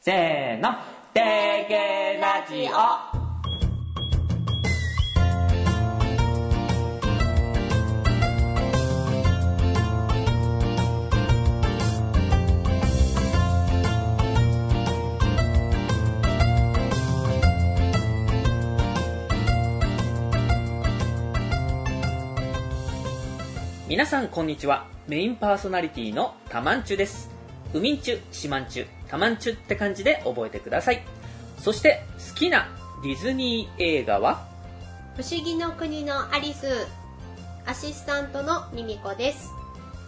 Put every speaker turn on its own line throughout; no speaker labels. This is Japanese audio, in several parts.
せーの
定型ラジオ
皆さんこんにちはメインパーソナリティのたまんちゅですうみんちゅしまんちゅたまんちゅって感じで覚えてくださいそして好きなディズニー映画は
不思議の国のアリスアシスタントのミミコです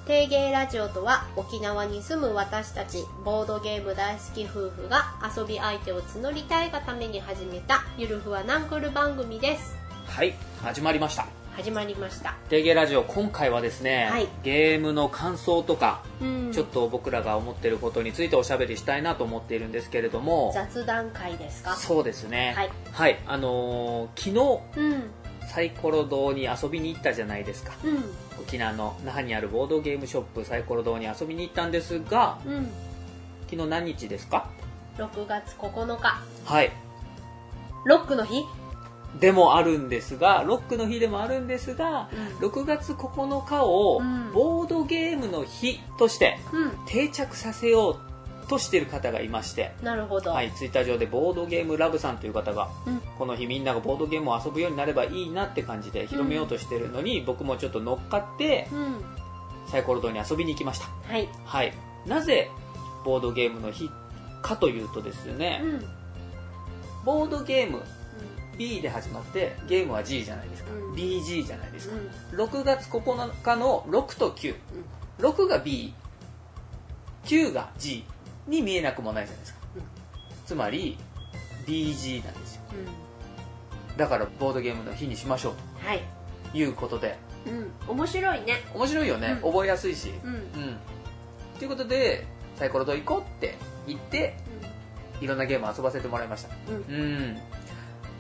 定芸ラジオとは沖縄に住む私たちボードゲーム大好き夫婦が遊び相手を募りたいがために始めたゆるふわナンクル番組です
はい始まりました
始まりました
定芸ラジオ今回はですね、
はい
ゲームの感想とか、
うん
ちょっと僕らが思ってることについておしゃべりしたいなと思っているんですけれども
雑談会ですか
そうですね
はい、
あのー昨
うん
日サイコロ堂に遊びに行ったじゃないですか
う
沖縄の那覇にあるボードゲームショップサイコロ堂に遊びに行ったんですが
んうん
昨日何日ですか
6月9日
はい
ロックの日
でもあるんですがロックの日でもあるんですが
う
6月9日を
うん
ボードゲームの日として
ん、
定着させようとしてる方がいまして、
なるほど、
はい、ツイッター上でボードゲームラブさんという方が、
うん
この日みんながボードゲームを遊ぶようになればいいなって感じで広めようとしてるのに、僕もちょっと乗っかって
うん
サイコロ堂に遊びに行きました
はい
はい、なぜボードゲームの日かというとですね、
うん
ボードゲーム B で始まってゲームは G じゃないですか、
うん
BG じゃないです
う
か、
ん
6月9日の6と96
うん
が B9 が G に見えなくもないじゃないですか、
うん
つまり BG なんですよ
うん
だからボードゲームの日にしましょう
はい
ということで
うん面白いね
面白いよね、
うん
覚えやすいし
うんうん
うんということでサイコロと行こうって言っていろんなゲーム遊ばせてもらいました
うん
うん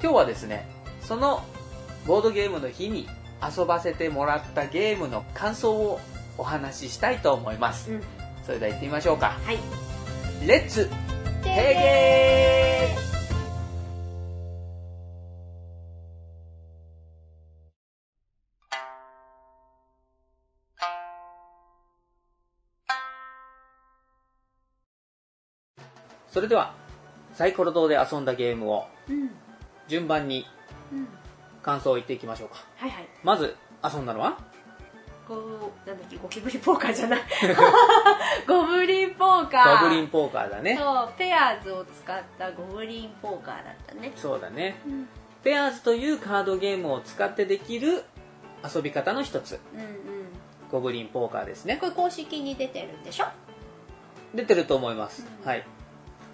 今日はですねそのボードゲームの日に遊ばせてもらったゲームの感想をお話ししたいと思います
うん
それでは行ってみましょうか
はい
レッツ提言それではサイコロ堂で遊んだゲームを
うん
順番に
うん
感想を言っていきましょうか
はいはい
まず遊んだのは
こうなんだっけゴキブリポーカーじ ゃないゴブリンポーカー
ゴブリンポーカーだね
そうペアーズを使ったゴブリンポーカーだったね
そうだね
うんうん
ペアーズというカードゲームを使ってできる遊び方の一つ
うん
ゴブリンポーカーですね
これ公式に出てるんでしょ
出てると思います、
うん
はい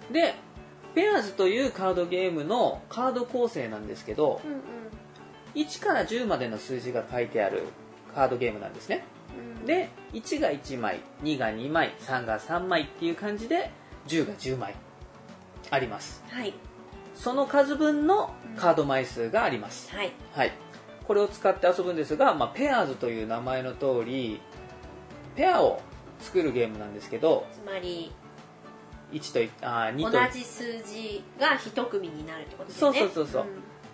でペアーズというカードゲームのカード構成なんですけど
うんうん
1から10までの数字が書いてあるカードゲームなんですね
うん
で1が1枚2が2枚3が3枚っていう感じで10が10枚あります
はい
その数分のカード枚数があります、
はい
はい、これを使って遊ぶんですが、まあ、ペアーズという名前の通りペアを作るゲームなんですけど
つまり
1と1あー
同
2と
じ数字が一組になるってことですね
そうそうそうそう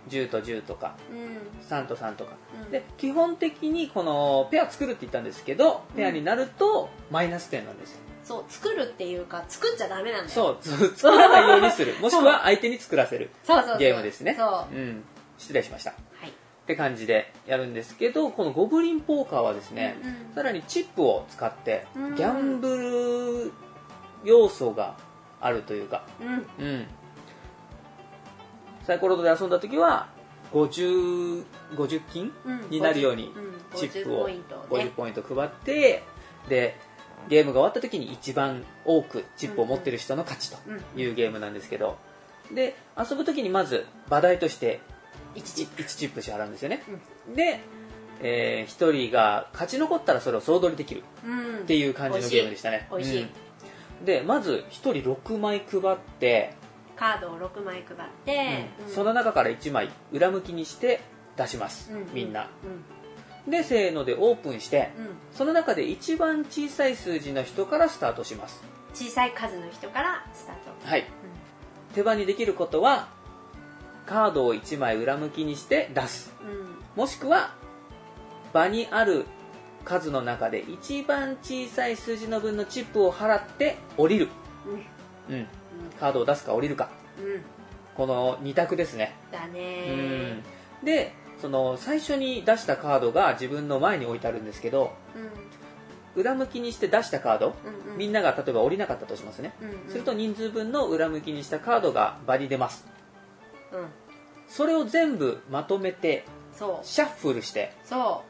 10と10とか
うんうん
3と3とか
うん
で基本的にこのペア作るって言ったんですけどペアになるとマイナス点なんですよ、
そう作るっていうか作っちゃダメなんだよそう
そうつ作らないように するもしくは相手に作らせる
そうそう
ゲームですね
そうは
うん失礼しましたっ
い
て感じでやるんですけどこのゴブリンポーカーはですね、
うん
さらにチップを使って
うん
ギャンブル要素があるというか、
うん
うん、サイコロで遊んだ時は 50, 50金
うん
になるように
ん
チップを
50ポイントを
50
ね
ポイント配ってでゲームが終わった時に一番多くチップを持ってる人の勝ちと
うん
いうゲームなんですけどで遊ぶ時にまず場代として
1チッ
1チップ支払うんですよねで、え1人が勝ち残ったらそれを総取りできる
プうん
っていう感じのゲームでしたね
美味しい
うんでまず1人6枚配って、
カードを6枚配って
うん
うん
その中から1枚裏向きにして出します、
う
みんな
うん
でせーのでオープンして
うん
その中で一番小さい数字の人からスタートします
小さい数の人からスタート
はい手番にできることはカードを1枚裏向きにして出す
うん
もしくは場にある数の中で一番小さい数字の分のチップを払って降りる、
うん
うん、カードを出すか降りるか
うんうん
この2択ですね、
だ
うん
ね
でその最初に出したカードが自分の前に置いてあるんですけど
うん
裏向きにして出したカード
うんうん
みんなが例えば降りなかったとしますね
うんうん
すると人数分の裏向きにしたカードが場に出ます
うん
それを全部まとめて
そう
シャッフルして
そ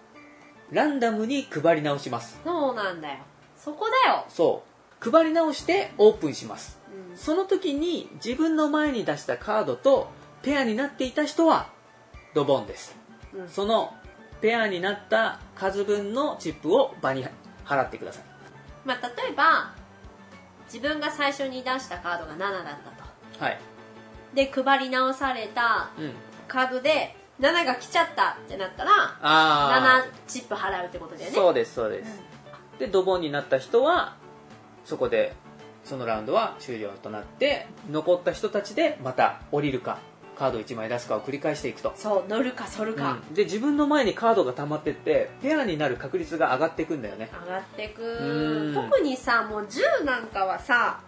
ランダムに配り直します
うそうなんだよそこだよ
そう配り直してオープンします
うん
その時に自分の前に出したカードとペアになっていた人はドボンです
うん
そのペアになった数分のチップを場に払ってください
まあ例えば自分が最初に出したカードが7だったと
はい
で配り直された
うん
カードで7が来ちゃったってなったら
あ
7チップ払うってことだ
あ
よね
そうですそうです、でドボンになった人はそこでそのラウンドは終了となって残った人たちでまた降りるかカード1枚出すかを繰り返していくと、
そう乗るか反るか、
うんで自分の前にカードが溜まってってペアになる確率が上がっていくんだよね
上がって
う
く
ん
特にさもう10なんかはさ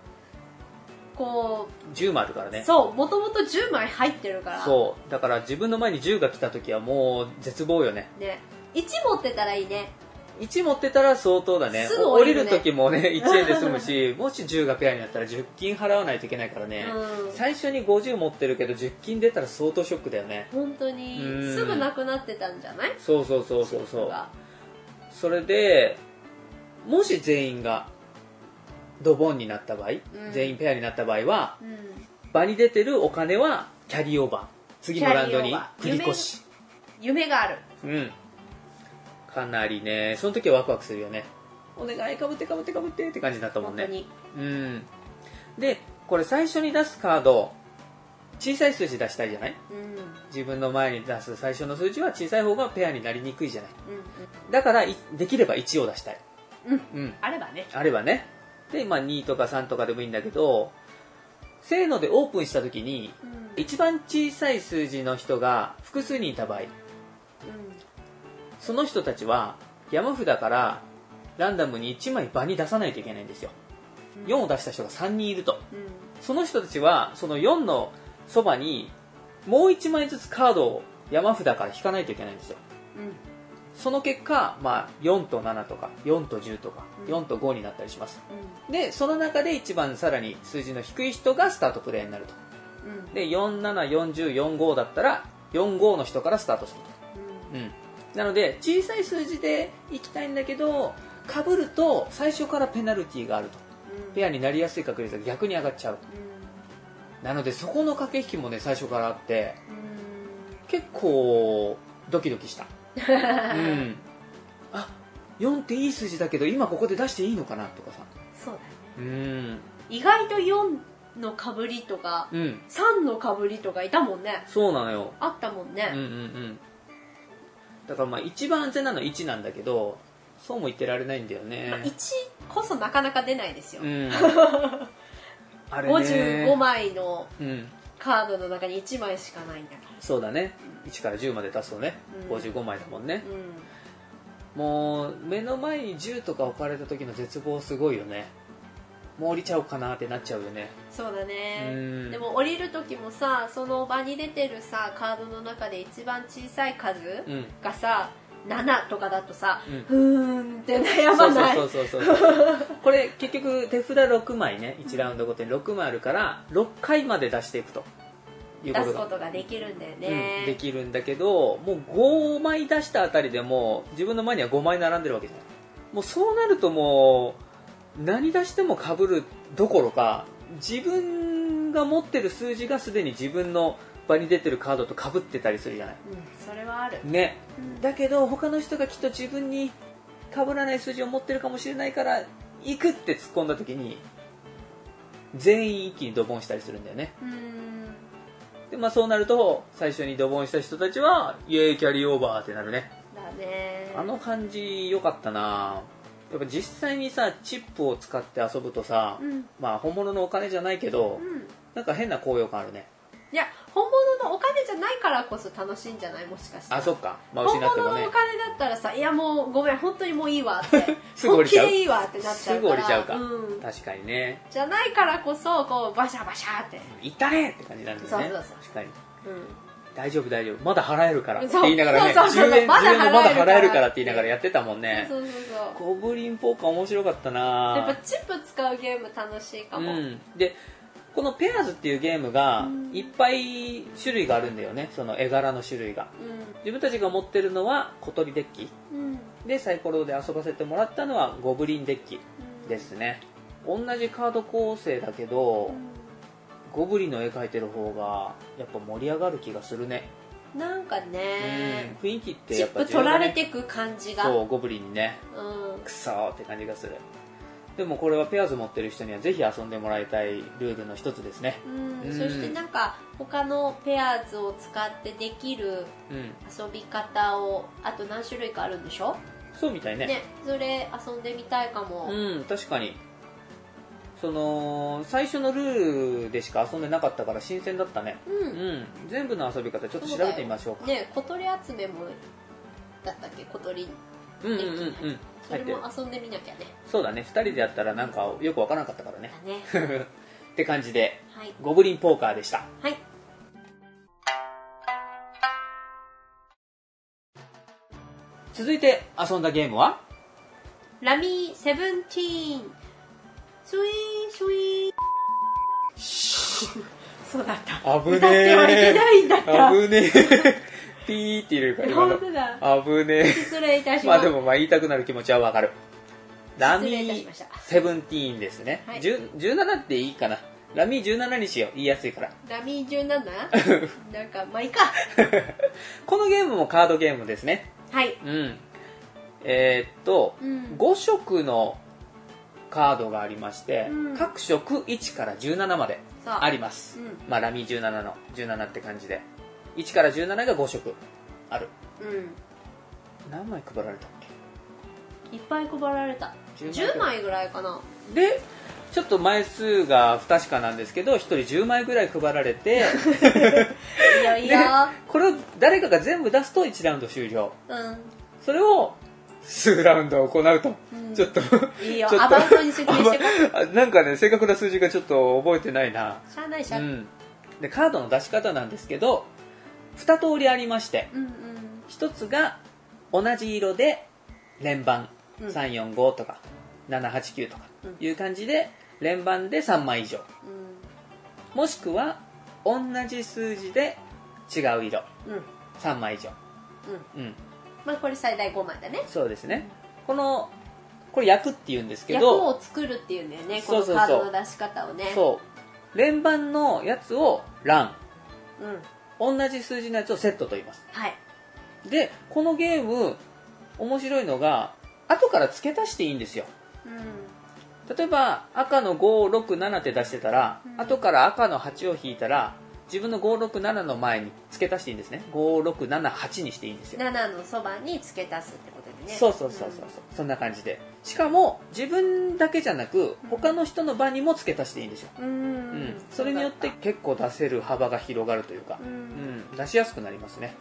こ
10もあるから
う、
ね
そうもともと10枚入ってるから
そうだから自分の前に10が来た時はもう絶望よね
ね1持ってたらいいね
1持ってたら相当だね
すぐ降りるね
降りる時もね1円で 済むしもし10がペアになったら10金払わないといけないからね、
うん
最初に50持ってるけど10金出たら相当ショックだよね
本当に
うん
すぐなくなってたんじゃない
そうそうそうそうそう
が
それでもし全員がドボンになった場合、
うん
全員ペアになった場合は
うん
場に出てるお金はキャリーオーバー次のラウンドに
キャ
繰
リーオーバー
り越し
夢がある
うんかなりねその時はワクワクするよねお願いかぶってかぶってかぶってって感じになったもん
本当
ね
に
うんでこれ最初に出すカード小さい数字出したいじゃない
うんうん
自分の前に出す最初の数字は小さい方がペアになりにくいじゃない
うん
だからいできれば1を出したい
うん
うん
あればね
あればねで、まあ、2とか3とかでもいいんだけどせーのでオープンした時に
うんうん
一番小さい数字の人が複数人いた場合その人たちは山札からランダムに1枚場に出さないといけないんですよ4を出した人が3人いると
うん
その人たちはその4のそばにもう1枚ずつカードを山札から引かないといけないんですよ
うん
その結果、まあ、4と7とか4と10とか
うん
4と5になったりします
う
でその中で一番さらに数字の低い人がスタートプレイヤーになると
んうん
で474045だったら45の人からスタートすると、うん、なので小さい数字でいきたいんだけどかぶると最初からペナルティーがあると
うん
ペアになりやすい確率が逆に上がっちゃう
う
なのでそこの駆け引きもね最初からあって
ん
結構ドキドキしたうんあ4っていい数字だけど今ここで出していいのかなとかさ
そうだね
うん
意外と4のかぶりとか
うん
3のかぶりとかいたもんね
そうなのよ
あったも
うん
ん
うん
ね
うんだからまあ一番安全なのは1なんだけどそうも言ってられないんだよね
1こそなかなか出ないですよ
うんあれね
55枚の
うん
カードの中に1枚しかないんだか
そうだね1から10まで出すとね
うん
55枚だもんね
らうん
もう目の前に10とか置かれた時の絶望すごいよねもう降りちゃおうかなってなっちゃうよね
そうだ
う
ね
ん
でも降りる時もさその場に出てるさカードの中で一番小さい数
うん
がさ7とかだとさ
うん
ふーんって悩
そ
ま
う
ない
そうそうそうそう これ結局手札6枚ね1ラウンドごとに6枚あるから6回まで出していくというこ
出
と
す
が
ことができるんだよ
うん、で
ね
きるんだけどもう5枚出したあたりでもう自分の前には5枚並んでるわけじゃないもうそうなるともう何出してもかぶるどころか自分が持ってる数字がすでに自分の場に出てるカードとかぶってたりするじゃない
うんそれはある
ね
うん
だけど他の人がきっと自分に被らない数字を持ってるかもしれないから行くって突っ込んだ時に全員一気にドボンしたりするんだよね
うん
で、まあ、そうなると最初にドボンした人たちはイエーイキャリーオーバーってなるね
だね
あの感じ良かったなやっぱ実際にさチップを使って遊ぶとさ、
うん
まあ本物のお金じゃないけど
うん
なんか変な高揚感あるね
いや本物のお金じゃないからこそ楽しいんじゃないもしかして
あそっかまあ
本
失
物
っても
の
ね
お金だったらさ「いやもうごめん本当にもういいわ」って「
すぐ降りちゃう
本気でいいわ」ってなっちゃ
す
うから
ぐ降りちゃうか
ん
確かにね
じゃないからこそこうバシャバシャって、
行ったねって感じなんだよね
そうそうそう
確かに
うん、
大丈夫大丈夫まだ払えるからって
そう
言いながらね
そうそうそう
10円
まだ払
10円
えるから
のまだ払えるからって言いながらやってたもんね
そうそうそうそう
ゴブリンポーカー面白かったな
やっぱチップ使うゲーム楽しいかも、
うん、でこのペアーズっていうゲームが
うん
いっぱい種類があるんだよねその絵柄の種類が自分たちが持ってるのは小鳥デッキ
うんうん
でサイコロで遊ばせてもらったのはゴブリンデッキ
うん
ですね同じカード構成だけどゴブリンの絵描いてる方がやっぱ盛り上がる気がするね、
うんなんかね、
うん、雰囲気って
チ
や
ッ
っぱ
プ
重要
取
だ
ら
ね
れてく感じが
そうゴブリンね
うん
くそーって感じがするでもこれはペアーズ持ってる人にはぜひ遊んでもらいたいルールの一つですね
うん
うん
そしてなんか他のペアーズを使ってできる
うん
遊び方をあと何種類かあるんでしょ
そうみたい
ねそれ遊んでみたいかも、
うん確かにその最初のルールでしか遊んでなかったから新鮮だったね
う
うんん全部の遊び方ちょっと調べてみましょうか
ね小鳥集めもだったっけ小鳥
うんうんうん
だよ
うん
そ
入
れ
ってる
も遊んでみなきゃね
そうだね2人でやったらなんかよくわからなかったからね
だね
って感じで
はい
ゴブリンポーカーでした
はい
続いて遊んだゲームは
ラミーセブンティーンスイースイ ーそうだった
危ねえ
歌ってはいけないんだった
危ねえピーって入れるから今
本
の
当だ
危ね
失礼いた
え
し
ま
ま
あ
した
でもまあ言いたくなる気持ちはわかるラミ
失礼いたし
ー
ました
セブンティーンですね、
はい
十17っていいかなラミー17にしよう言いやすいから
ラミー 17? なんかまあいいか
このゲームもカードゲームですね
はい
うんえーっと、
うん
5色のカードがありまして、
うん
各色1から17まで
そう
あります、
うん
まあ、ラミー17の17って感じで1から17が5色ある
う
何枚配られたっけ
んいっぱい配られた
10
10枚ぐらいかな
でちょっと枚数が不確かなんですけど1人10枚ぐらい配られて
いい よいいよ
でこれを誰かが全部出すと1ラウンド終了
う
それを数ラウンド行うと、
うん
ちょっ と
んいいよ
ちょっと
アバウトに説明してこ
あなんかね正確な数字がちょっと覚えてないな、
しゃあないし
う
ゃあない
ん、でカードの出し方なんですけど2通りありまして
うんうん
1つが同じ色で連番
うん
345とか789とかいう感じで連番で3枚以上もしくは同じ数字で違う色
うんうん
3枚以上、うん、
まあこれ最大5枚だね
そうですねこのこれ役って言うんですけ
役
ど
を作るっていうんだよねこ
そう
の
そうそう
カードの出し方をね
そう連番のやつを欄
うん
同じ数字のやつをセットと言います
はい
でこのゲーム面白いのが後から付け足していいんですよ
うん
例えば赤の567って出してたら、
うん
後から赤の8を引いたら自分の567の前に付け足していいんですね5678にしていいんですよ、
7のそばに付け足すってことでね
そうそうそうそうそうそんな感じでしかも自分だけじゃなく
うん
他の人の場にも付け足していいんですよ、
うんうん
うん、それによって結構出せる幅が広がるというか
う、
うんん、出しやすくなりますね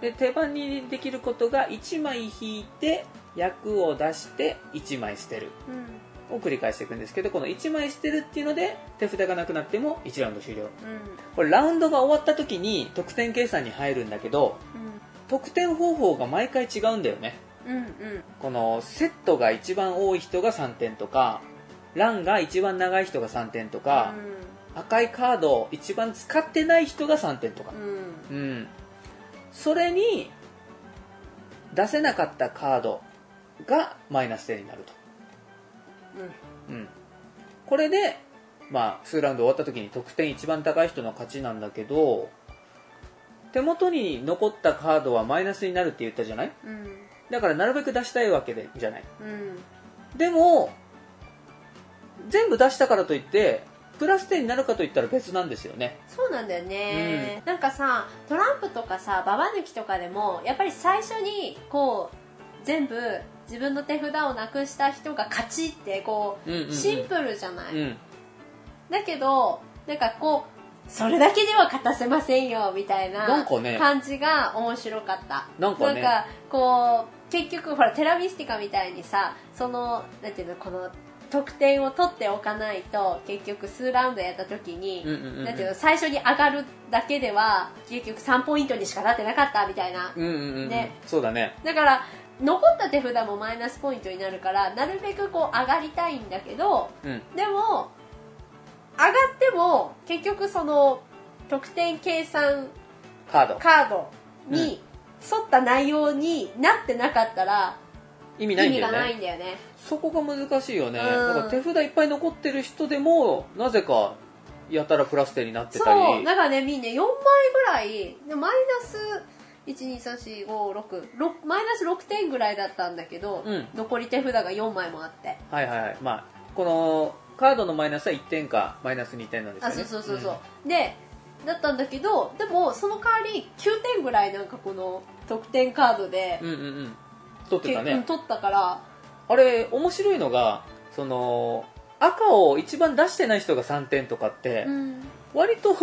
で手番にできることが1枚引いて役を出して1枚捨てる
うん
を繰り返していくんですけどこの1枚捨てるっていうので手札がなくなっても1ラウンド終了
うん
これラウンドが終わった時に得点計算に入るんだけど得点方法が毎回違うんだよね
うんうん
このセットが一番多い人が3点とかランが一番長い人が3点とか、赤いカードを一番使ってない人が3点とか
うんうん
うん、それに出せなかったカードがマイナス点になると、
うん
うん、これで、まあ、数ラウンド終わった時に得点一番高い人の勝ちなんだけど手元に残ったカードはマイナスになるって言ったじゃない
うん
だからなるべく出したいわけでじゃない
うん
でも全部出したからといってプラス点になるかといったら別なんですよね
そうなんだよね、なんかさトランプとかさババ抜きとかでもやっぱり最初にこう全部自分の手札をなくした人が勝ちってこう、
うんうんうん
シンプルじゃない、
うん
だけどなんかこうそれだけでは勝たせませんよみたいな
なんかね
感じが面白かった
なんかね
こう結局ほらテラミスティカみたいにさそのなんていうのこの得点を取っておかないと結局数ラウンドやった時に、
うんうんうん
なんていうの最初に上がるだけでは結局3ポイントにしかなってなかったみたいな
うんうんうん、
ね
そうだね
だから残った手札もマイナスポイントになるからなるべくこう上がりたいんだけど
うん
でも上がっても結局その得点計算
カード
カードに沿った内容になってなかったら
意味
意
ないんだよ
味がな
ね
いんだよね
そこが難しいよね、
うん
だから手札いっぱい残ってる人でもなぜかやたらプラス点になってたり
そうなんかねみんな4枚ぐらいでマイナス1234566マイナス6点ぐらいだったんだけど、
うん
残り手札が4枚もあって
はいはいはいまあこのカードのマイナスは1点かマイナス2点なんですよ
あ
ね
そうそうそうそう、でだったんだけどでもその代わり9点ぐらいなんかこの得点カードで、
うん、うんうんうん取って
結
た
構
ね
取ったから
あれ面白いのがその赤を一番出してない人が3点とかって、
うん
割と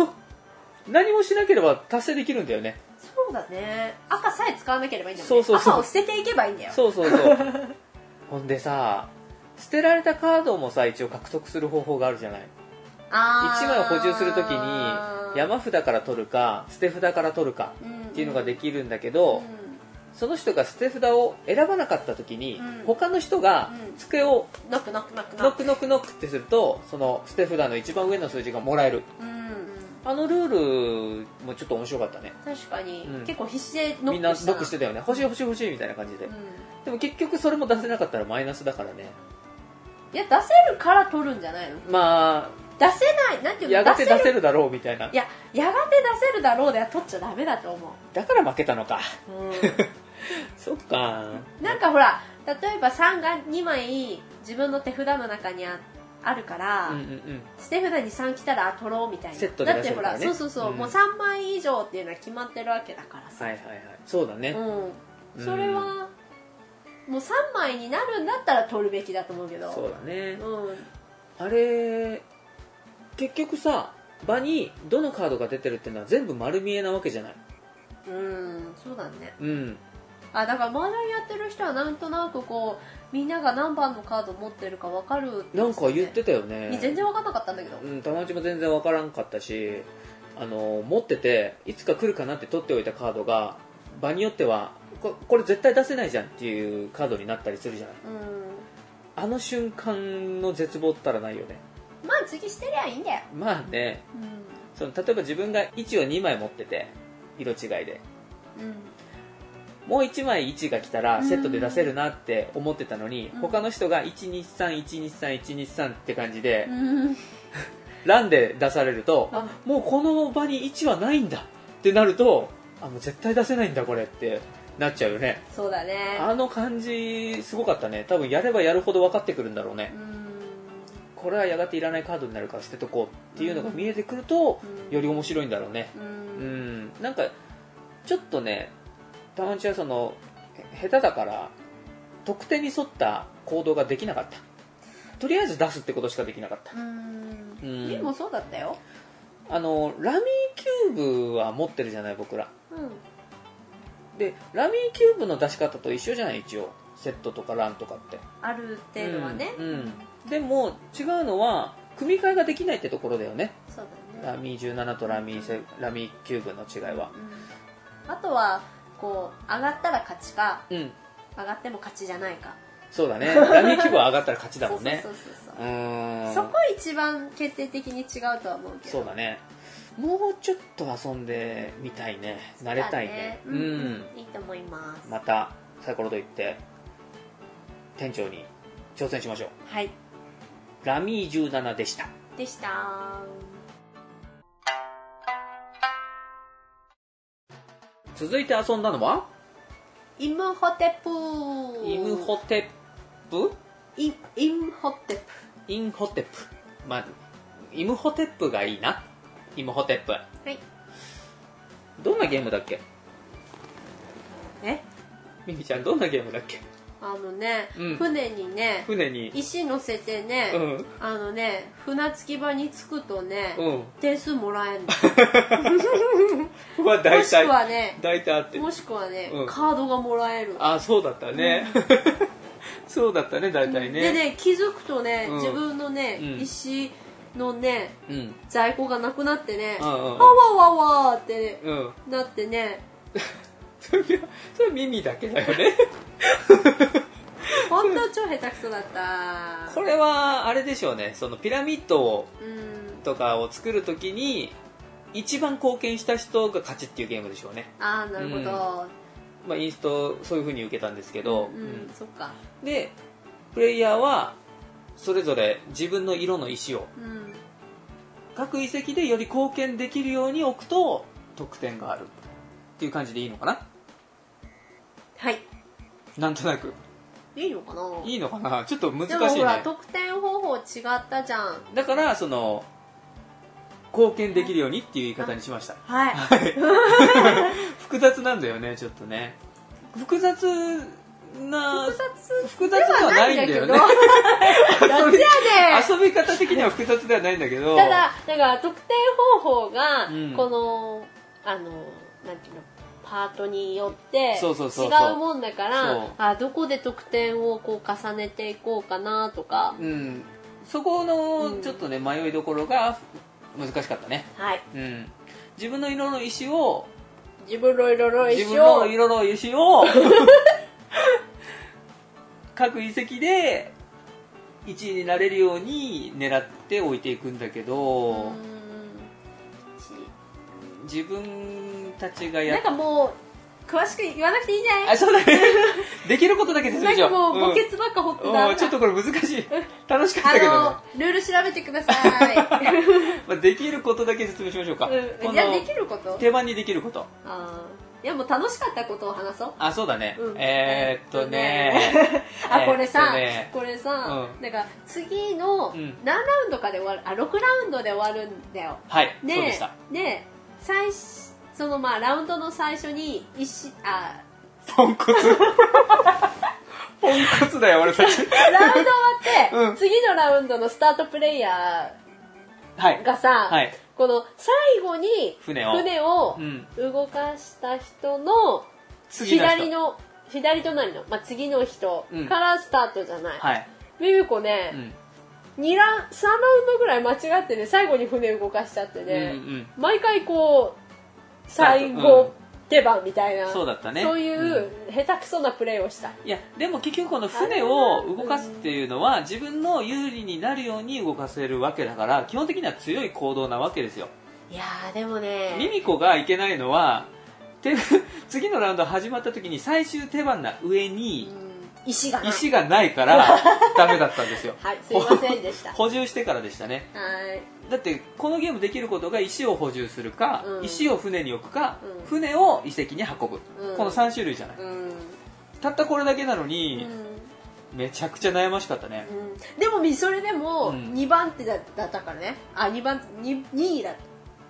何もしなければ達成できるんだよね
そうだね赤さえ使わなければいいんだもん
そう
ね
そうそう
赤を捨てていけばいいんだよ
そうそうそう ほんでさ捨てられたカードもさ一応獲得する方法があるじゃない
あー
1枚を補充するときに山札から取るか捨て札から取るかっていうのができるんだけど、その人が捨て札を選ばなかったときに、
うん
他の人が
うん
机を
うんノックノックノックノ
ノッ
ック
クノックノックってするとその捨て札の一番上の数字がもらえる
うん
あのルールもちょっと面白かったね
確かに、
うん
結構必死でノ
みんな
ッ
ノ
クした
ックしてたよね欲しい欲しい欲しいみたいな感じで、
うん
でも結局それも出せなかったらマイナスだからね
いや出せるから取るんじゃないの
ま
出せないなん
あ
ていうの
やがて出
る
せるだろうみたいない
ややがて出せるだろうでは取っちゃダメだ と思
だから負けたのか
う、うん
そっか
なんかほら例えば3が2枚自分の手札の中にああるから、
うんうんうん
捨て札に3来たらあ取ろうみたいな
セットで
だっ
出
て
せる
ほ
から
ら、
ね
そうそうそう、
うん
もう3枚以上っていうのは決まってるわけだからさ、
はいはいはいそうだね、
うん、それは、もう3枚になるんだったら取るべきだと思うけど
そうだね
うん、
あれ結局さ場にどのカードが出てるっていうのは全部丸見えなわけじゃない
うん、そうだね
うん
あだから麻雀やってる人はなんとなくこうみんなが何番のカード持ってるか分かる
なんか言ってたよ
た
ね
全然分かんなかったんだけど、
うん玉内も全然わからんかったしあの持ってていつか来るかなって取っておいたカードが場によってはここれ絶対出せないじゃんっていうカードになったりするじゃない
うん
あの瞬間の絶望ったらないよね
まあ次捨てりゃいいんだよ、
まあね
うん
その例えば自分が1を2枚持ってて色違いで
う
もう1枚1が来たらセットで出せるなって思ってたのに、
うん
他の人が123123123123って感じで、
ん、
ランで出されると、
あ
もうこの場に1はないんだってなるとあもう絶対出せないんだこれってなっちゃうよね
そうだね
あの感じすごかったね多分やればやるほど分かってくるんだろう
う
ね
ん
これはやがていらないカードになるから捨てとこうっていうのが見えてくると
うん
より面白いんだろうね
う
うんんなんかちょっとねたまんちはそのへ下手だから得点に沿った行動ができなかったとりあえず出すってことしかできなかった
うん
うん
でもそうだったよ
あのラミーキューブは持ってるじゃない僕ら
うん
でラミーキューブの出し方と一緒じゃない一応セットとかランとかって
ある程度はね
うんうんでも違うのは組み替えができないってところだよね
そうだ
ラ
ね
ミー17とラミーセラミーキューブの違いは
うんあとはこう上がったら勝ちか
うん
上がっても勝ちじゃないか
そう だねラミーキューブは上がったら勝ちだもんね
そうそうそう
う
そう
ーん
そこ一番決定的に違うとは思うけど
そうだねもうちょっと遊んでみたいね慣れたいね
そうだ
う
うん
ん
いいと思います
またサイコロと言って店長に挑戦しましょう
はい
ラミー17でした
でした
続いて遊んだのは
イムホテプ
イムホテップ
イイムホテプ
インホテップまあイムホテップがいいなイムホテップ
はい
どんなゲームだっけ
え
ミミちゃんどんなゲームだっけ
あのね、
うん
船にね
船に
石乗せてね、
うん
あのね船着き場に着くとね、
うん
点数もらえんの
ここは
も
大
しく
体
はね
大体あって
もしくはね、
うん
カードがもらえる
あそうだったね そうだったね大体ね
でね気づくとね、
うん
自分のね、
うん
石のね
うん
在庫がなくなってね、
うん
あ
うんうん
わわわーって、ね
うん
なってね
それはそれは耳だけだよね
本当超下手くそだっ た
これはあれでしょうねそのピラミッドを
うん
とかを作るときに一番貢献した人が勝ちっていうゲームでしょうね、
ああなるほど、
まあ、インストそういう風に受けたんですけど、
うんそっか
うんでプレイヤーはそれぞれ自分の色の石を
うん
各遺跡でより貢献できるように置くと得点があるっていう感じでいいのかな
はい
なんとなく
いいのかない
いのかなちょっと難
でも
しい
ほら
ね
得点方法違ったじゃん
だからその貢献できるようにっていう言い方にしました
はい
複雑なんだよねちょっとね複雑な
複雑
複雑ではないんだよね
では
遊び
やで
遊び方的には複雑ではないんだけど
ただだから得点方法が、
うん
このあのなんていうのパートによって違
そうそうそうそう
うもんだから
そう
あどこで得点をこう重ねていこうかなとか、
うんそこ
う
の
ん
ちょっとね迷いどころが難しかったね
はい
うん自分の色の石を
自分の色々
自
一
分の
生
色の石 を各遺跡で1位になれるように狙って置いていくんだけ
う
ど、
ーん
自分たちがや
なんかもう詳しく言わなくていいんじゃない
あそうだね できることだけ説明
なん
しよ
か
う
もう墓
ん
穴ばっか掘ってた、
おーちょっとこれ難しい楽しかったけどね
あのルール調べてください、
まあ、できることだけ説明しましょうか、
う
こ
ん、じゃあで
の
きること
手番にできること
あーいやもう楽しかったことを話そう
あそうだね、
うん
えー、っと
え
ね
あこれさ、
えっ
これさ、
う
なんか次の
うん
何ラウンドかで終わるあ6ラウンドで終わるんだよ
はい
で
そうでした
で最初そのまあラウンドの最初に石あ
ポン コツポンコツだよ俺たち
ラウンド終わっ て、
うん
次のラウンドのスタートプレイヤ
は
ー
い
がさ、
はい
この最後に
船を
船を
うん
動かした人の
次の人
左の左隣の、まあ、次の人
うん
からスタートじゃない、
はい、
ミミコね、
うん
二ラウン3ラウンドぐらい間違ってね最後に船動かしちゃってね、
うんうん
毎回こう最後手番みたいな、
そうだったね
そういう下手くそなプレーをした
いやでも結局この船を動かすっていうのは自分の有利になるように動かせるわけだから基本的には強い行動なわけですよ
いやーでも
ミ
ね
ミコがいけないのは手次のラウンド始まった時に最終手番な上に
石がない
石がないから ダメだったんですよ
はいすいませんでしたは
補充してからでしたね
い
だってこのゲームできることが石を補充するか、
うん
石を船に置くか、
うん
船を遺跡に運ぶ、
うん
この3種類じゃない
うん、うん
たったこれだけなのに、めちゃくちゃ悩ましかったね
うんでもみそれでも
うん
2番手だだったからねあ2番二二位だっ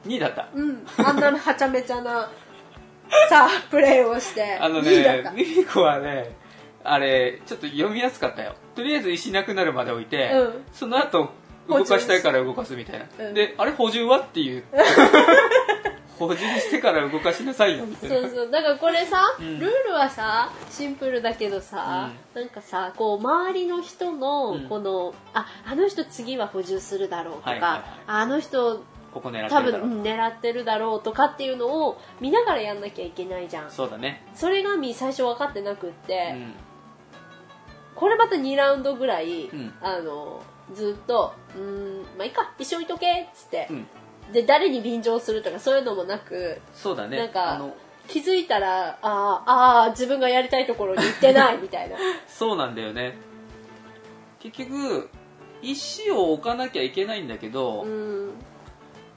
2位だった
たうんあんなはちゃめちゃなさあプレーをして
あの
2位だっ
ね
た、
ミミコはね、あれ、ちょっと読みやすかったよ。とりあえず石なくなるまで置いて、
うん
その後、動かしたいから動かすみたいな。
うん
で、あれ補充はって いう。補充してから動かしなさいよみたい
そう
な。
そうだからこれさ、
うん
ルールはさシンプルだけどさ、なんかさこう周りの人
う
の
ん
この、ああの人次は補充するだろうとか、
はいはいはい
あの人
ここ狙って
多
るだ
分
ろ
う
う。
ん狙ってるだろうとかっていうのを見ながらやんなきゃいけないじゃん
そうだね。
それがみ最初分かってなくっ
う
て、
ん。
これまた2ラウンドぐらい、
うん
あのずっと「うーんまあいいか一緒にいとけ」っつって
う、ん。
で誰に便乗するとかそういうのもなく
そうだね。
なんか
あの、
気づいたらあーあー自分がやりたいところに行っ てないみたいな
そうなんだよね。結局、石を置かなきゃいけないんだけど、
うん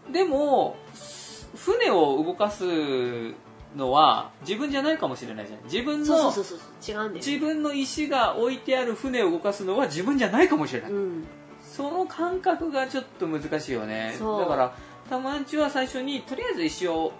でもす船を動かすのは自分じゃないかもしれないじゃん自分
そう
の
そうそうそう違うんです
自分の石が置いてある船を動かすのは自分じゃないかもしれない、
うん
その感覚がちょっと難しいよね
そう
だからたまんちは最初にとりあえず石を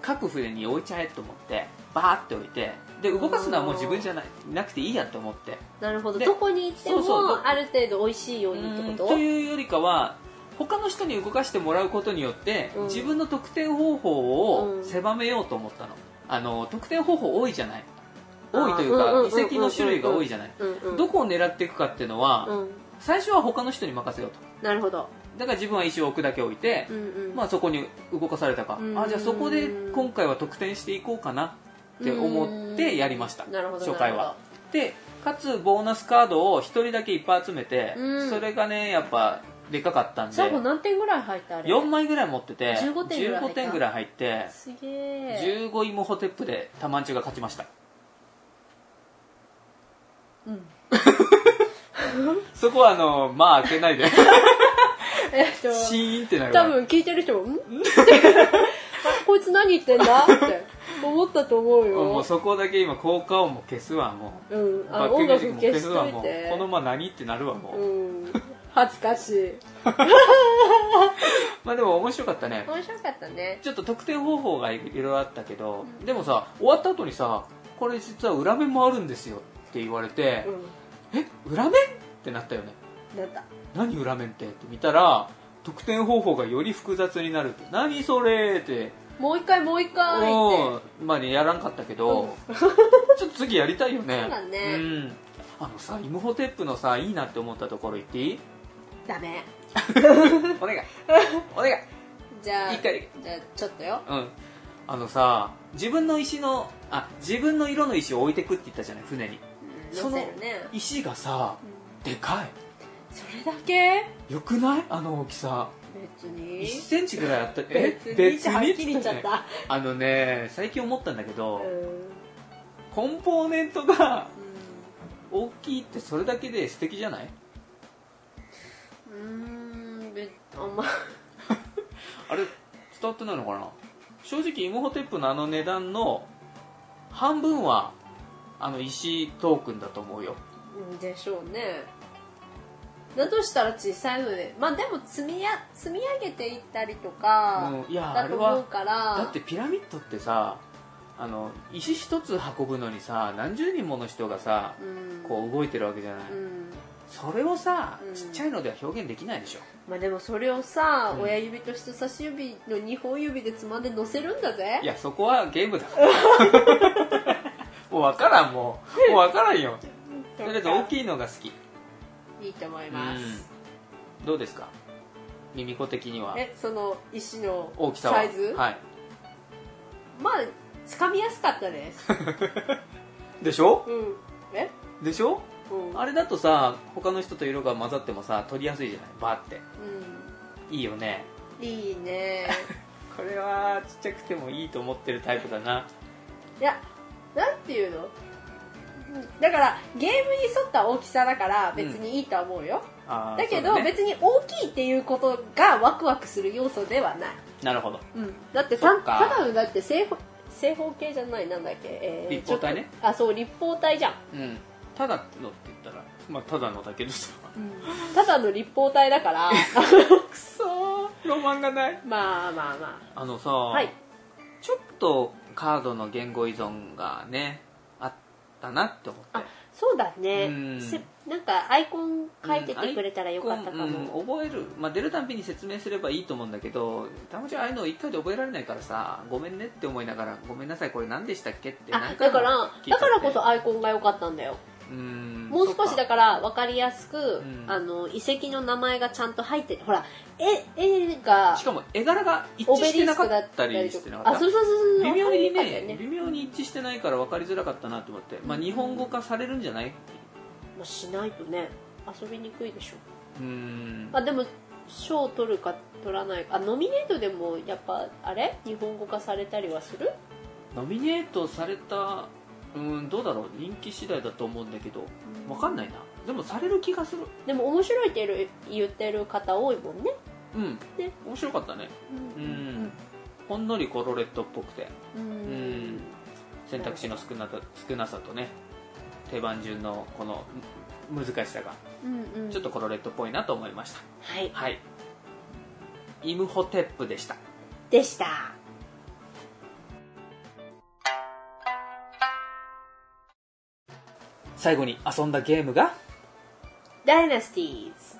各船に置いちゃえと思ってバーって置いてで動かすのはもう自分じゃないなくていいやと思って
なるほど
で
どこに行っても
そうそう
ある程度美味しいようにって
うん
こと
というよりかは他の人に動かしてもらうことによって、
うん
自分の得点方法を狭めようと思ったの、あの得点方法多いじゃない多いという
あーうんうんうん
か
うんうん
遺跡の種類が多いじゃない
うんうん
どこを狙っていくかっていうのは、
うん
最初は他の人に任せようと
なるほど
だから自分は石を置くだけ置いて、
うんうん
まあ、そこに動かされたか、
うん
あじゃあそこで今回は得点していこうかなって思ってやりました、
なるほど
初回はでかつボーナスカードを1人だけいっぱい集めて、
うん
それがねやっぱでかかったんで
最後何点ぐらい入ったあれ
4枚ぐらい持ってて
15点ぐらい入った
15点ぐらい入って
すげえ
15イモホテップでタマンチュが勝ちました
うん
そこはあのまあ開けない で
えっと
シーンってなるわ
多分聞いてる人も「ん?」って あこいつ何言ってんだ?」って思ったと思う
もう
よ
そこだけ今効果音も消すわもう
うんあ
バック
の音
ミュー
楽
ジックも
消
消
し
す
と
わ
い
も
て
うこのまま何ってなるわもう、
うん恥ずかしい
まあでも面白かったね
面白かったね
ちょっと得点方法がいろいろあったけど、でもさ終わった後にさこれ実は裏面もあるんですよって言われて、
う
え裏面ってなったよね
んなった
何裏面ってって見たら得点方法がより複雑になるって何それって
もう一回もう一回って
うんまあねやらんかったけど、 ちょっと次やりたいよね
そうだね
うんあのさイムホテップのさいいなって思ったところ言って いい
ダメ
お願い お願い
じゃあ
一回
じゃあちょっとよ
うんあのさ自分の石のあ自分の色の石を置いてくって言ったじゃない船に
乗せるね
石がさ
うん
でか
それだけ
いよくないあの大きさ
別に
1センチぐらいあった
別にってはっきり言っちゃっ
ね
た
あのね最近思ったんだけ
う
ど、
ん
コンポーネントが大きいってそれだけで素敵じゃない
うんうーんべあんま
あれ伝わってないのかな正直イムホテップのあの値段の半分はあの石トークンだと思うよ
でしょうねだとしたら小さい船まあでも積みや積み上げていったりとか
うんいやあ
だ
れ
と思
は
うから、
だってピラミッドってさあの石一つ運ぶのにさ何十人もの人がさ
うん
こう動いてるわけじゃない、
うん
それをさ
うん
ちっちゃいのでは表現できないでしょ、
まあでもそれをさ、
うん
親指と人差し指の2本指でつまんで乗せるんだぜ
いやそこはゲームだからもう分からんもうもう分からんよとりあえず大きいのが好き
いいと思います、
うんどうですか耳子的には
えその石の
大きさは
サイズ
はい
まあ掴みやすかった です、
でしょ
うん、え、
でしょ
うん
あれだとさ他の人と色が混ざってもさ取りやすいじゃないバーっていいよね
うん、いいね
これはちっちゃくてもいいと思ってるタイプだない
やなんていうのだからゲームに沿った大きさだから別にいいとは思うよ、
あー
だけ
そ
ど
うね
別に大きいっていうことがワクワクする要素ではない、
なるほど
うん、だって
そっ
た
か
ただのだって正方正方形じゃないなんだっけ、えー
立方体ね
ちょっとあそう立方体じゃん、
うんただのって言ったらまあただのだけどさ
ただの立方体だから
く そーロマンがない
まあまあま
あのさ、
あはい
ちょっとカードの言語依存がねあったなって思って
あそうだね
うん
せなんかアイコン書いててくれたらよかったかも、
うん覚える、まあ、出るたんびに説明すればいいと思うんだけどたまちゃんああいうの一回で覚えられないからさごめんねって思いながらごめんなさいこれ何でしたっけって
あ
何回
だ
も
から
聞いちゃ
だ
って
からこそアイコンが良かったんだよ
うん
もう少しだ
か
から分かりやすく、
うん
あの遺跡の名前らちゃんと入ってほら絵絵が
しかも絵柄が一致
オベ
して
リ
な
ス
か
クだっ
ったた
り
り
と
してな
か
か
あ
っ
そ
た
うそうそうそう
微妙に
分かりにくかったよ
ね微妙に一致してないから分かりづらかったなと思って、まあ、日本語化されるんじゃない
まあ、しないとね遊びにくいでしょ
うん
あでも賞を取るか取らないかあノミネートでもやっぱあれ日本語化されたりはする
ノミネートされたうんどうだろう人気次第だと思うんだけど分かんないなでもされる気がする
でも面白いって言う言ってる方多いもんね、
うん、
ね
面白かったねう、
うんん
ほんのりコロレットっぽくて
うん
ん選択肢の少なさ少なさとね手番順のこのむ難しさが
うんうん
ちょっとコロレットっぽいなと思いました、
はい
はいイムホテップでした
でした
最後に遊んだゲームが
ダイナスティーズ。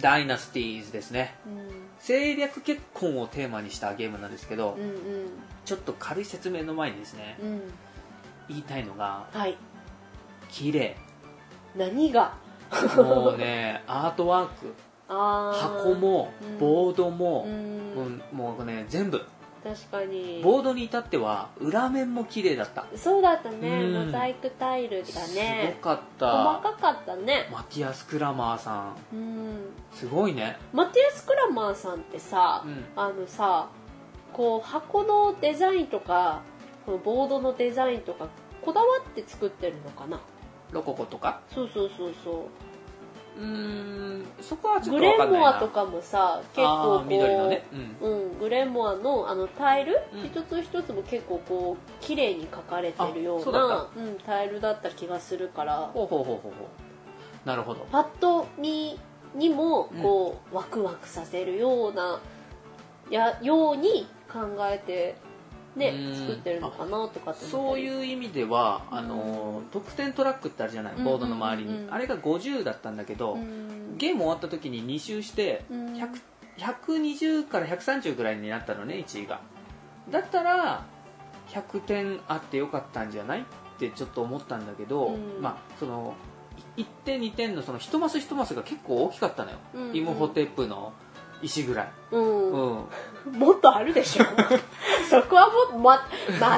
ダイナスティーズですね
うん。
政略結婚をテーマにしたゲームなんですけど、
うんうん。
ちょっと軽い説明の前にですね
うん。
言いたいのが
はい。
綺 麗
何が
もうねアートワーク
あー
箱も
うん
ボード
う
も、
ん、
うんもうね全部
確かに
ボードに至っては裏面も綺麗だった、
そうだったね、
うん
モザイクタイルが
す
ね
ごかった
細かかったね
マティアス・クラマーさん
うん
すごいね
マティアス・クラマーさんってさ、
うん
あのさこう箱のデザインとかこのボードのデザインとかこだわって作ってるのかな
ロココとか
そうそうそうそう
ーんそこはち
う
ょっ
グ
とわ
レ
か
ン
んない
モ
な
アとかもさ結
あ
構こ
ー
う
緑のね、うん、
うん、グレンモアのあのタイル、
うん
一つ一つも結構こう綺麗に描かれてる
あ
よう
そう
な
だ
う、ん、タイルだった気がするから
ほうほうほうほうほうなるほど
パッと見にもこう、ワクワクさせるようなやように考えて、
う
ね、
ん
作ってるのかなとかって思
そう
う
いう意味ではあのー得点トラックってあるじゃないボードの周り
うんうんうん
に
うん
あれが50だったんだけど
ん
ゲーム終わった時に2周して
うん
100 120から130ぐらいになったのね1位がだったら100点あってよかったんじゃないってちょっと思ったんだけど、
うん
まあその1点2点のその1マス1マスが結構大きかったのよ、
うんうん
イムホテップの石ぐらい、
うん
うん、
もっとあるでし ょそこはもっま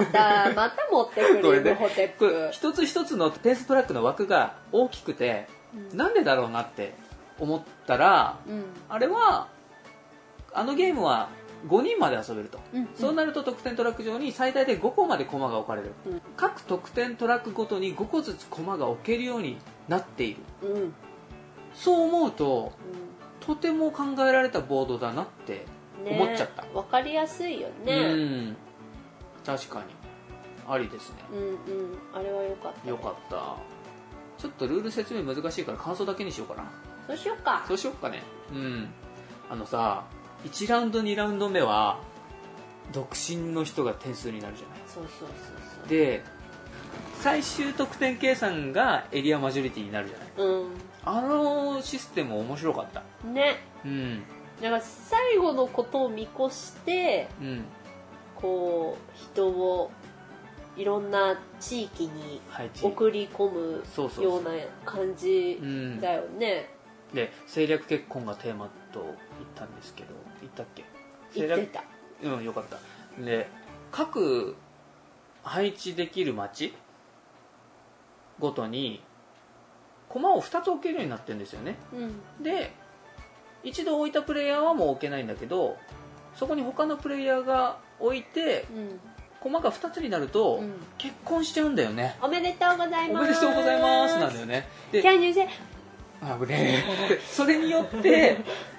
またまた持ってく
これ
る
ね
ホテッ
こ
プ
れ、一つ一つの点数トラックの枠が大きくて
うん
なんでだろうなって思ったら
うん
あれはあのゲームは5人まで遊べると、
うん
そうなると得点トラック上に最大で5個まで駒が置かれる、
うん
各得点トラックごとに5個ずつ駒が置けるようになっている
うんうん
そう思うととても考えられたボードだなって
ね
思っちゃった
わかりやすいよ
う
ね
ん確かにありですね
うんうん、あれは良かった
よかったちょっとルール説明難しいから感想だけにしようかな
そうしようか
そうしよっかねうんあのさ1ラウンド2ラウンド目は独身の人が点数になるじゃない
そうそうそう
で最終得点計算がエリアマジョリティになるじゃない
そう
あのシステム面白かった
うんね
うん
だから最後のことを見越して
うん
こう人をいろんな地域に
配置
送り込む
そうそう
よ
そうう
な感じ
うん
だよね、
で政略結婚がテーマと言ったんですけど言ったっけ
言ってた
うんよかったで各配置できる町ごとに駒を2つ置けるようになってるんですよね
うん
で一度置いたプレイヤーはもう置けないんだけどそこに他のプレイヤーが置いて
うん
駒が2つになると、
うん
結婚しちゃうんだよね
おめでとうござい
お
ます
めでとうございますなんだよねで
キャニューせ
あぶねえ それによって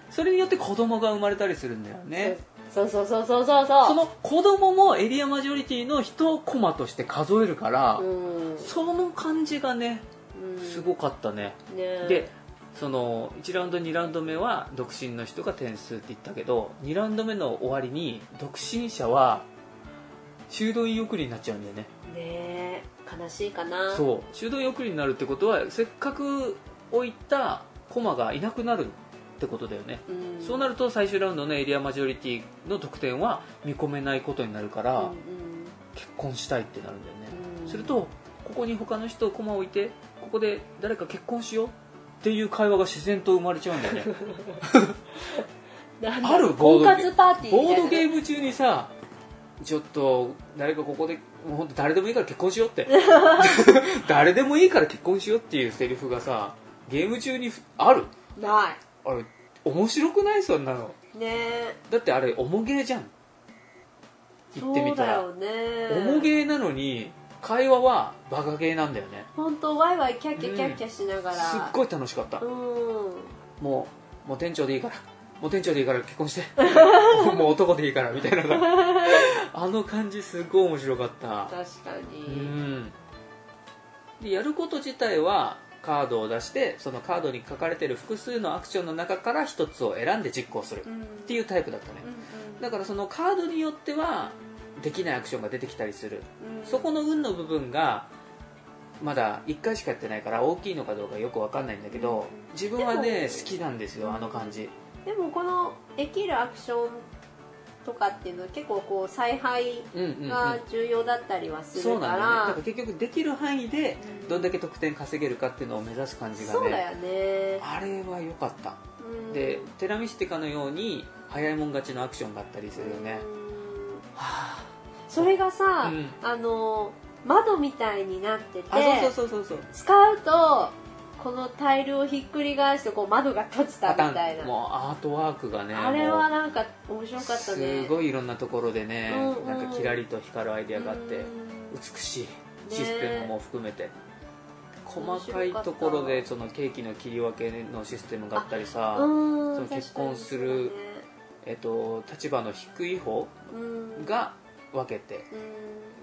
それによって子供が生まれたりするんだよね
そうそうそうそうそう
そ
そ
の子供もエリアマジョリティの1コマとして数えるから、
ううん
その感じがね
うん
すごかったね、
ね
でその1ラウンド2ラウンド目は独身の人が点数って言ったけど2ラウンド目の終わりに独身者は修道院送りになっちゃうんだよね
ねえ悲しいかな
そう修道院送りになるってことはせっかく置いた駒がいなくなるってことだよね、
うん
そうなると最終ラウンドのエリアマジョリティの得点は見込めないことになるから、
うん
結婚したいってなるんだよね、
うんうん
するとここに他の人を駒を置いてここで誰か結婚しようっていう会話が自然と生まれちゃうんだよね
なんだ
あるボード
婚
ゲーム
活パーティーみ
ボー
たい
ド
な
ゲーム中にさちょっと誰かここでもう本当誰でもいいから結婚しようって 誰でもいいから結婚しようっていうセリフがさゲーム中にふある
な
あれ面白くないそんなの
いねえ
だってあれ重ゲーじゃん言ってみたら、
そうだよね
重ゲーなのに会話はバカゲーなんだよね
本当ワイワイキャッキャキャッキャしながら、
すっごい楽しかった
うん
もうもう店長でいいからもう店長でいいから結婚 してもう男でいいからみたいなのがあの感じすっごい面白かった
確か
う
に
んでやること自体はカードを出してそのカードに書かれてる複数のアクションの中から1つを選んで実行する
う
っ
ん
ていうタイプだったねだからそのカードによってはできないアクションが出てきたりする
うんうん
そこの運の部分がまだ1回しかやってないから大きいのかどうかよくわかんないんだけど自分は
で
ね
も
好きなんですよあの感じ
でもこのできるアクションとかっていうのは結構こう采配
うんうん、うん、
が重要だったりはす
そ
る
う
か
なんだよねだから
ら
結局できる範囲で
うん
どんだけ得点稼げるかっていうのを目指す感じが
そう
ね
だよね
あれは良かった
うん
でテラミスティカのように早いもん勝ちのアクションがあったりするよね
うん
は
それがさ、
うん
あの窓みたいになってて
ああそうそうそうそうそう
使うとこのタイルをひっくり返してこう窓が閉じたみたいな、
もうアートワークがね
あれは
も
なんか面白
う
かったね
すごいいろんなところでね、
うんうん
なんかキラリと光るアイデアがあって、
うん
美しいシステムも含めて、細かいところ
面白かっ
で
た
そのケーキの切り分けのシステムがあったりさ、
うん
その結婚するえっと、立場の低い方
確かにそうだねうん
が分けて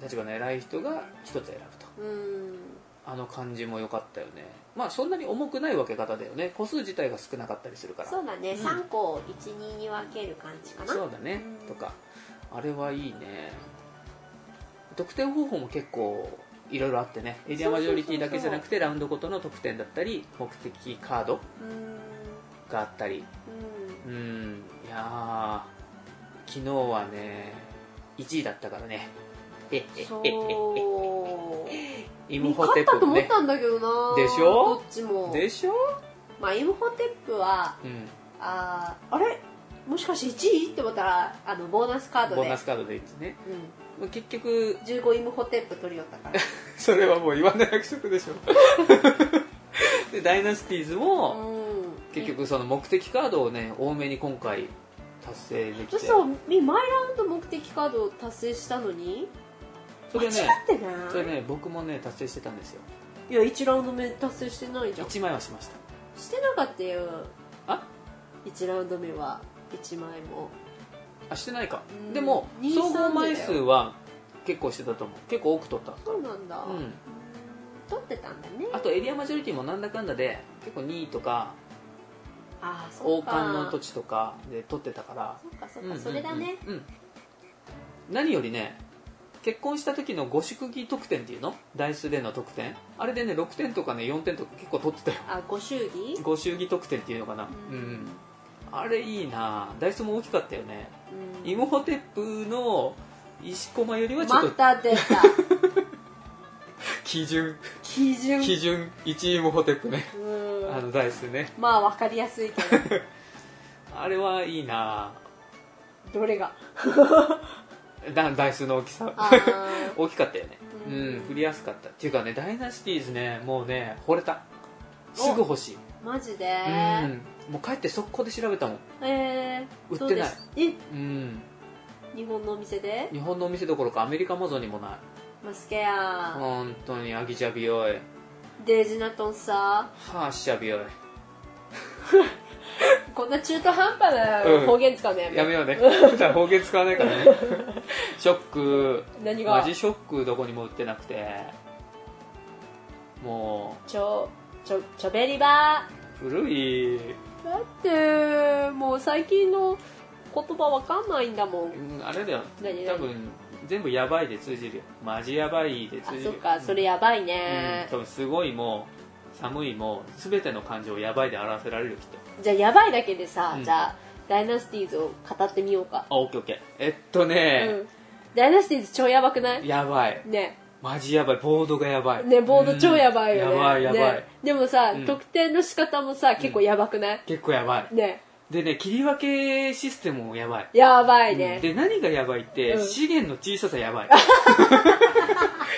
う
立場の偉い人が一つ選ぶと
んうん
あの感じも良かったよねまあそんなに重くない分け方だよね個数自体が少なかったりするから
そうだね、
ん
三3個を12に分ける感じかな
そうだね
うん
とかあれはいいね得点方法も結構いろいろあってねエリアマジョリティだけじゃなくてラウンドごとの得点だったり目的カード
うんうん
があったりうんいやー昨日はね1位だったからねええええ
そう
イム
見
ホ
勝
テ
った
ッ
と
プ
思っ
ね
たんだけどな
でしょ
どっちも
でしょ、
まあイムホテップは
うん、
あーあれもしかして1位って思ったらあのボーナスカードで
ボーナスカードで1ね
う
まあ結局
ん、15イムホテップ取りよったから
それはもう言わない約束でしょ でダイナスティーズも、
うん
結局その目的カードをね多めに今回達成できて
そしたらみマイラウンド目的カードを達成したのに
それ
間違
ね
ってない
それね僕もね達成してたんですよ
いや1ラウンド目達成してないじゃん
1枚はしました
してなかったよ
あ
1ラウンド目は1枚も
あしてないか
うん
でも
23
総合枚数は結構してたと思う結構多く取った
そうなんだ、
うん
取ってたんだね
あとエリアマジョリティもなんだかんだで結構2位とか
ああそ
王
うか
冠の土地とかで取ってたから
そっかそっ
うんうん
か
うん
それだね
うん何よりね結婚した時のご祝儀得点っていうのダイスでの得点あれでね6点とかね4点とか結構取ってたよ
あご祝儀
ご祝儀特典っていうのかな、うんあれいいなダイスも大きかったよね、
うん
イムホテップの石駒よりはちょっ
ま
と
た出た
基 準
基準
基準1イムホテップね
うん
あのダイスね
まあわかりやすいけど
あれはいいな
どれが
だダイスの大きさ
あー
大きかったよね
う
うんん、振りやすかったっていうかねダイナシティーズねもうね惚れたすぐ欲しい、
マジで
うんもう帰って速攻で調べたもん
えー、
売ってない
どうでし
うん
え日本のお店で
日本のお店どころかアメリカマゾンにもない
マスケア
本当にアギジャビオイ
デージナトンさ
はあしゃびよ
こんな中途半端
う
なん方言使うのや
い
めよ
や
う
めよう ね普段方言使わないからねショック
何
マ
が
ジショックどこにも売ってなくても
ちょちょちょべりば
う古い
だってもう最近の言葉わかんないんだもん
うんあれだよ
何
多分全部やばいで通じるよマジやばいで
あ
通じる
そ
よ
っかそれやばい
うん
ね、
多分すごいも寒いも全ての漢字をやばいで表せられるよきっと
じゃあやばいだけでさ、
うん
じゃあダイナスティーズを語ってみようか、
あオッケーオッケーえっと
う
ね、
んダイナスティーズ超やばくない
やばい
ね
マジやばいボードがやばい
ねボード超やばいよね、
うんやばいやばい、
ねでもさ、
うん
得点の仕方もさ結構やばくない、
結構やばい
ね
でね切り分けシステムもやばい
やばいね、
で何がやばいって、
うん
資源の小ささや ばい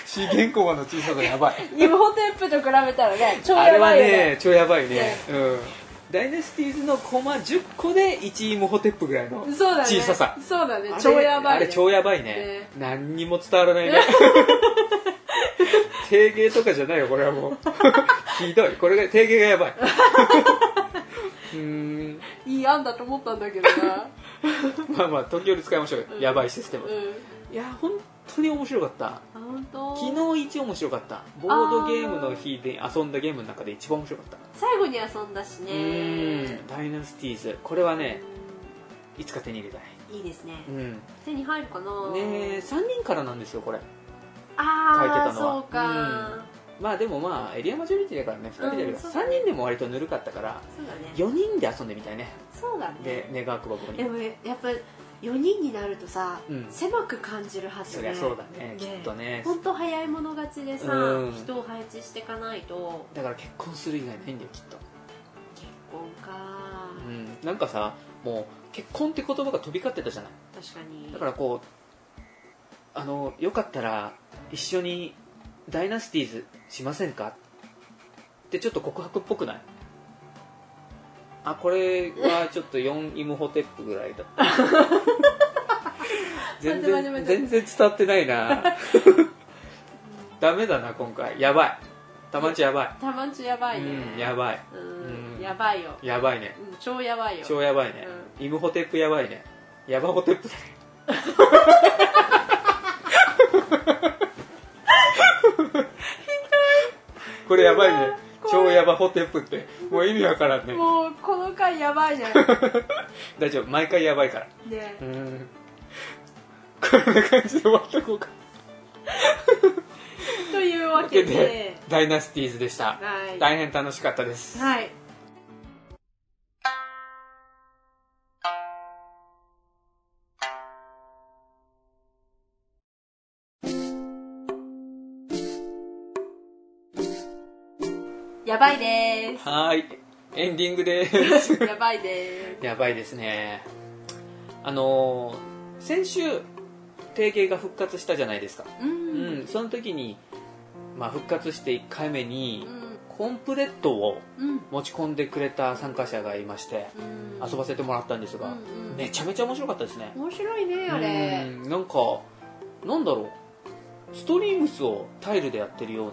資源コマの小ささやばい
イムホテップと比べたらね超
あれ
や
は
ばいよね
ね超やばいね
ね
うんダイナスティーズのコマ10個で1イムホテップぐらいの
そうだね
小ささ
そうだね
あれ
超やばい、ね、
あれ超やばいね
ね
何にも伝わら ないね定芸とかじゃないよこれはも うひどいこれが定芸がやばい うーん
いい案だと思ったんだけど な
まあまあ時折使いましょうよ、
うん
やばいシステム、
うん
いや本当に面白かった
あ本当
昨日一面白かったボードゲームの日で遊んだゲームの中で一番面白かった
最後に遊んだし
う
ね
ーんダイナスティーズこれはねいつか手に入れたい
うんいいですね
うんね
手に入るかな
え3人からなんですよこれ
あ
書いて
あ
たのは
そうか、
まあでもまあエリアマジョリティだからね2人だけ
うん
ど
そうだ
3
ね
人でも割とぬるかったから
そうだね
4人で遊んでみたいね
そうだ
で
ね
願わくばこに
でもやっぱ4人になるとさ、
うん
狭く感じるはず
そ
ね
りゃそうだね
ね
きっとね
本当早い者勝ちでさ、
うん
人を配置していかないと
だから結婚する以外ないんだよきっと
結婚か、
うんなんかさもう結婚って言葉が飛び交ってたじゃない
確かに
だからこうあのよかったら一緒にダイナスティーズしませんかってちょっと告白っぽくないあこれはちょっと4イムホテップぐらい だった全
待って待
然
って
全然伝わってないなダメだな今回やばいたまんちやば
たまんちやば
い、
いね、
うんやばい
うん
うん
やばいよ、
やばいね
うん、超やばいよ
超やばいね、イムホテップやばいねヤバホテップだねこれやばいね
これ
超ヤバホテップってもう意味わからんね
もうこの回やばいね
大丈夫毎回やばいから
ね
うんこんな感じで終わっとこうか
というわ
わ
け
け
で
でダイナスティーズでした
はい
大変楽しかったです
はいやばいで
はーいエンディングです
すやばいで
やばいですねあのー先週提携が復活したじゃないですか、
すうん
うんその時に、まあ、復活して1回目に
うん
コンプレットを
うん
持ち込んでくれた参加者がいまして
うん
遊ばせてもらったんですが、
うんうん
めちゃめちゃ面白かったですね
面白いねあれ
うんなんかなんだろうストリームスをタイルでやってるような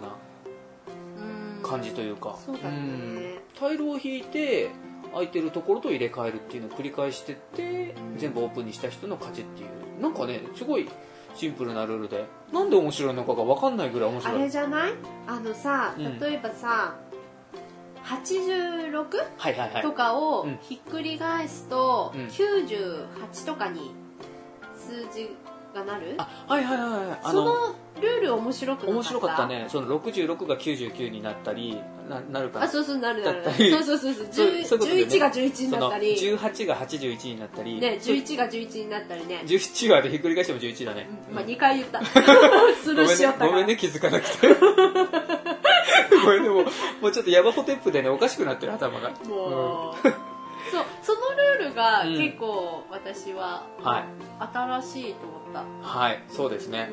うん
感じというか、
そうだね
うんタイルを引いて空いてるところと入れ替えるっていうのを繰り返してって全部オープンにした人の勝ちっていうなんかねすごいシンプルなルールでなんで面白いのかが分かんないぐらい面
あ
白
れ
い
じゃないあのさ
うん
例えばさ、86
はいはいはい
とかを
うん
ひっくり返すと、
うん
98とかに数字がなる
あはいはいはいはいあ
そのルール面白くなかった
面白かったねその66が99になったりななるか
あ
な
そうそうなるなる
だったり
そうそうそうそう10
そうそういうことだよね
11が11に
そ
なっ
の
たり
18が81になったり、
ね11が11になったりね、
17はでひっくり返しても11だね、
まあ、
うん
2回言った スルーしよったから
ごめんねごめんね気づかなくてごめんねもうもうちょっとヤバホテップでねおかしくなってる頭が
もう、そうそのルールが
うん
結構私は、
うんはい
新しいと思った、
はいそうですね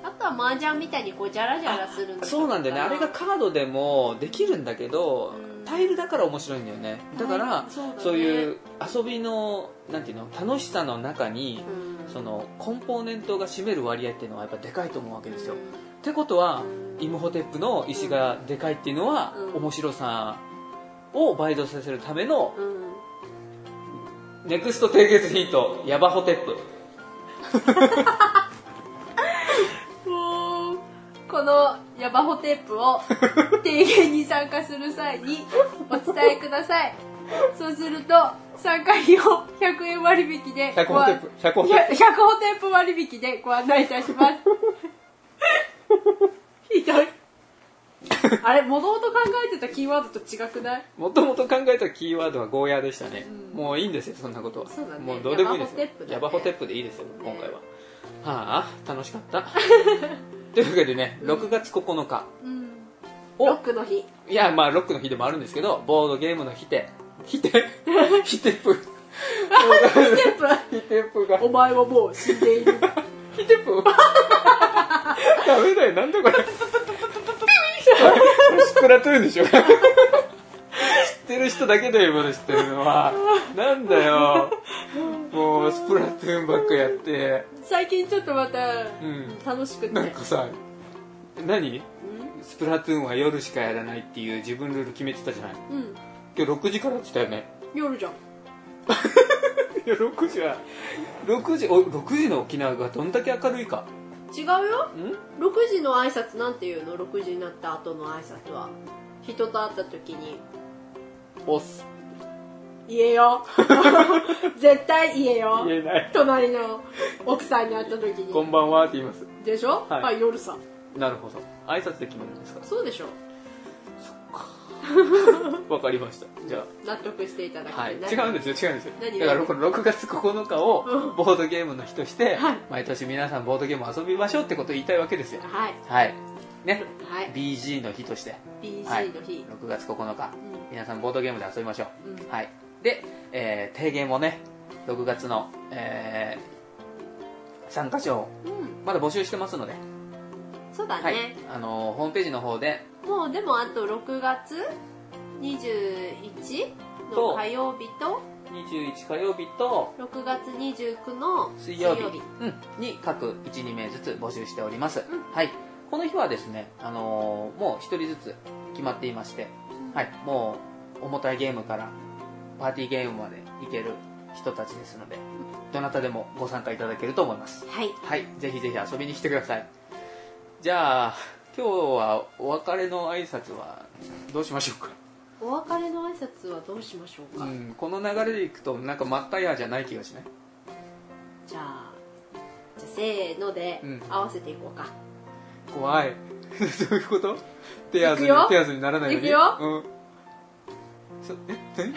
うん、あとは麻雀みたいにこうジャラジャラするのとか
そうなんだよねあれがカードでもできるんだけど
うん
タイルだから面白いんだよねだから
そうだね
そういう遊びのなんていうの楽しさの中に
うん
そのコンポーネントが占める割合っていうのはやっぱでかいと思うわけですよ
うん
ってことはイムホテップの石がでかいっていうのは
うん
面白さを倍増させるための
うん
ネクスト定月ヒントヤバホテップ
もうこのヤバホテップを提言に参加する際にお伝えくださいそうすると参加費を100円割引で
100ホテップ100ホテッ
100ホテップ割引でご案内いたし ますひどいあれもともと考えてたキーワードと違くない
プもともと考えたキーワードはゴーヤーでしたね、
うん
もういいんですよそんなことは
そうだね
もうどうでもいいですよ
ヤ
ヤ
バ
バ
ホ
ホテ
テッ
ップでいいですよ今回は
ね、
はあ楽しかったというわけでね6月9日
うん
お
ロック の日
いやまあロックの日でもあるんですけどボードゲームの日で日 で日テップ
ホテップ
ヒテップが
お前はもう死んでいる
ヒテップダメだよなんだこれスプラトゥーンでしょ知ってる人だけだよ今の知ってるのはなんだよもうスプラトゥーンばっかやって
最近ちょっとまた
うん
楽しくて、
なんかさ何
うん
スプラトゥーンは夜しかやらないっていう自分ルール決めてたじゃない
うん
今日6時からって言ったよね
夜じゃん
いや6時は6時お6時の沖縄がどんだけ明るいか
違うよ6時の挨拶なんていうの6時になった後の挨拶は人と会った時に
ん押す
言え よ絶対言えよ
言えない
隣の奥さんに会った時
こ
に
んばんはって言います
でしょ、
はい
まあ夜さ
なるほど挨拶で決めるんですか
そうでしょ
わかりましたじゃ
納得していただき
あ、は
た
い、
い
違うんですよ違うんです
何
よだからこの6月9日を
うん
ボードゲームの日として、
はい
毎年皆さんボードゲーム遊びましょうってことを言いたいわけですよ
はい
はいね
はい
BG の日として
BG の日、
6月9日皆さんボードゲームで遊びましょう
うんうん
はい、で、えー提言もね6月の、えー参加賞
うん
まだ募集してますので、
そうだね、
はいあのーホームページの方で
もうでもあと6月21の
と
火曜日と
21火曜日と
6月29の
水曜日うん、に各12名ずつ募集しております、
う
はい、この日はですね、あのーもう1人ずつ決まっていまして、はい、もう重たいゲームからパーティーゲームまでいける人たちですのでどなたでもご参加いただけると思います
はい
はい、ぜひぜひ遊びに来てください。じゃあ、今日はお別れの挨拶はどうしましょうか。
お別れの挨拶はどうしましょうか、
うん、この流れでいくと、なんかまったやじゃない気がしない。
じゃあじゃあせーので
うん
合わせてい こうか、
怖い。 どういうこと手合わず
いくよ
に、手合わずにならないように。
いくよ
うん。そえ、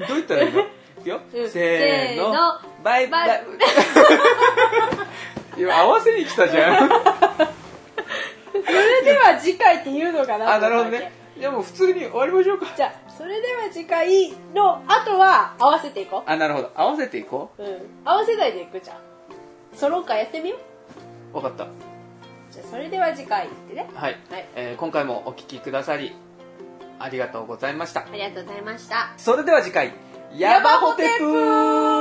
えどういったらいいのいくよ、
う
せー
ん
の
せーの
バイバ
バ
イ
イ
今合わせに来たじ ゃん
それでは次回って言うのか
あなるほどねじゃあもう普通に終わりましょうか
じゃあそれでは次回の後は合わせていこ
あなるほど合わせていこ
う、うん、合わせないでいくじゃんソロン会やってみよう
う分かった
じゃあそれでは次回ってね
はい、
はい
えー今回もお聞きくださりありがとうございました
ありがとうございました
それでは次回ヤバホテプー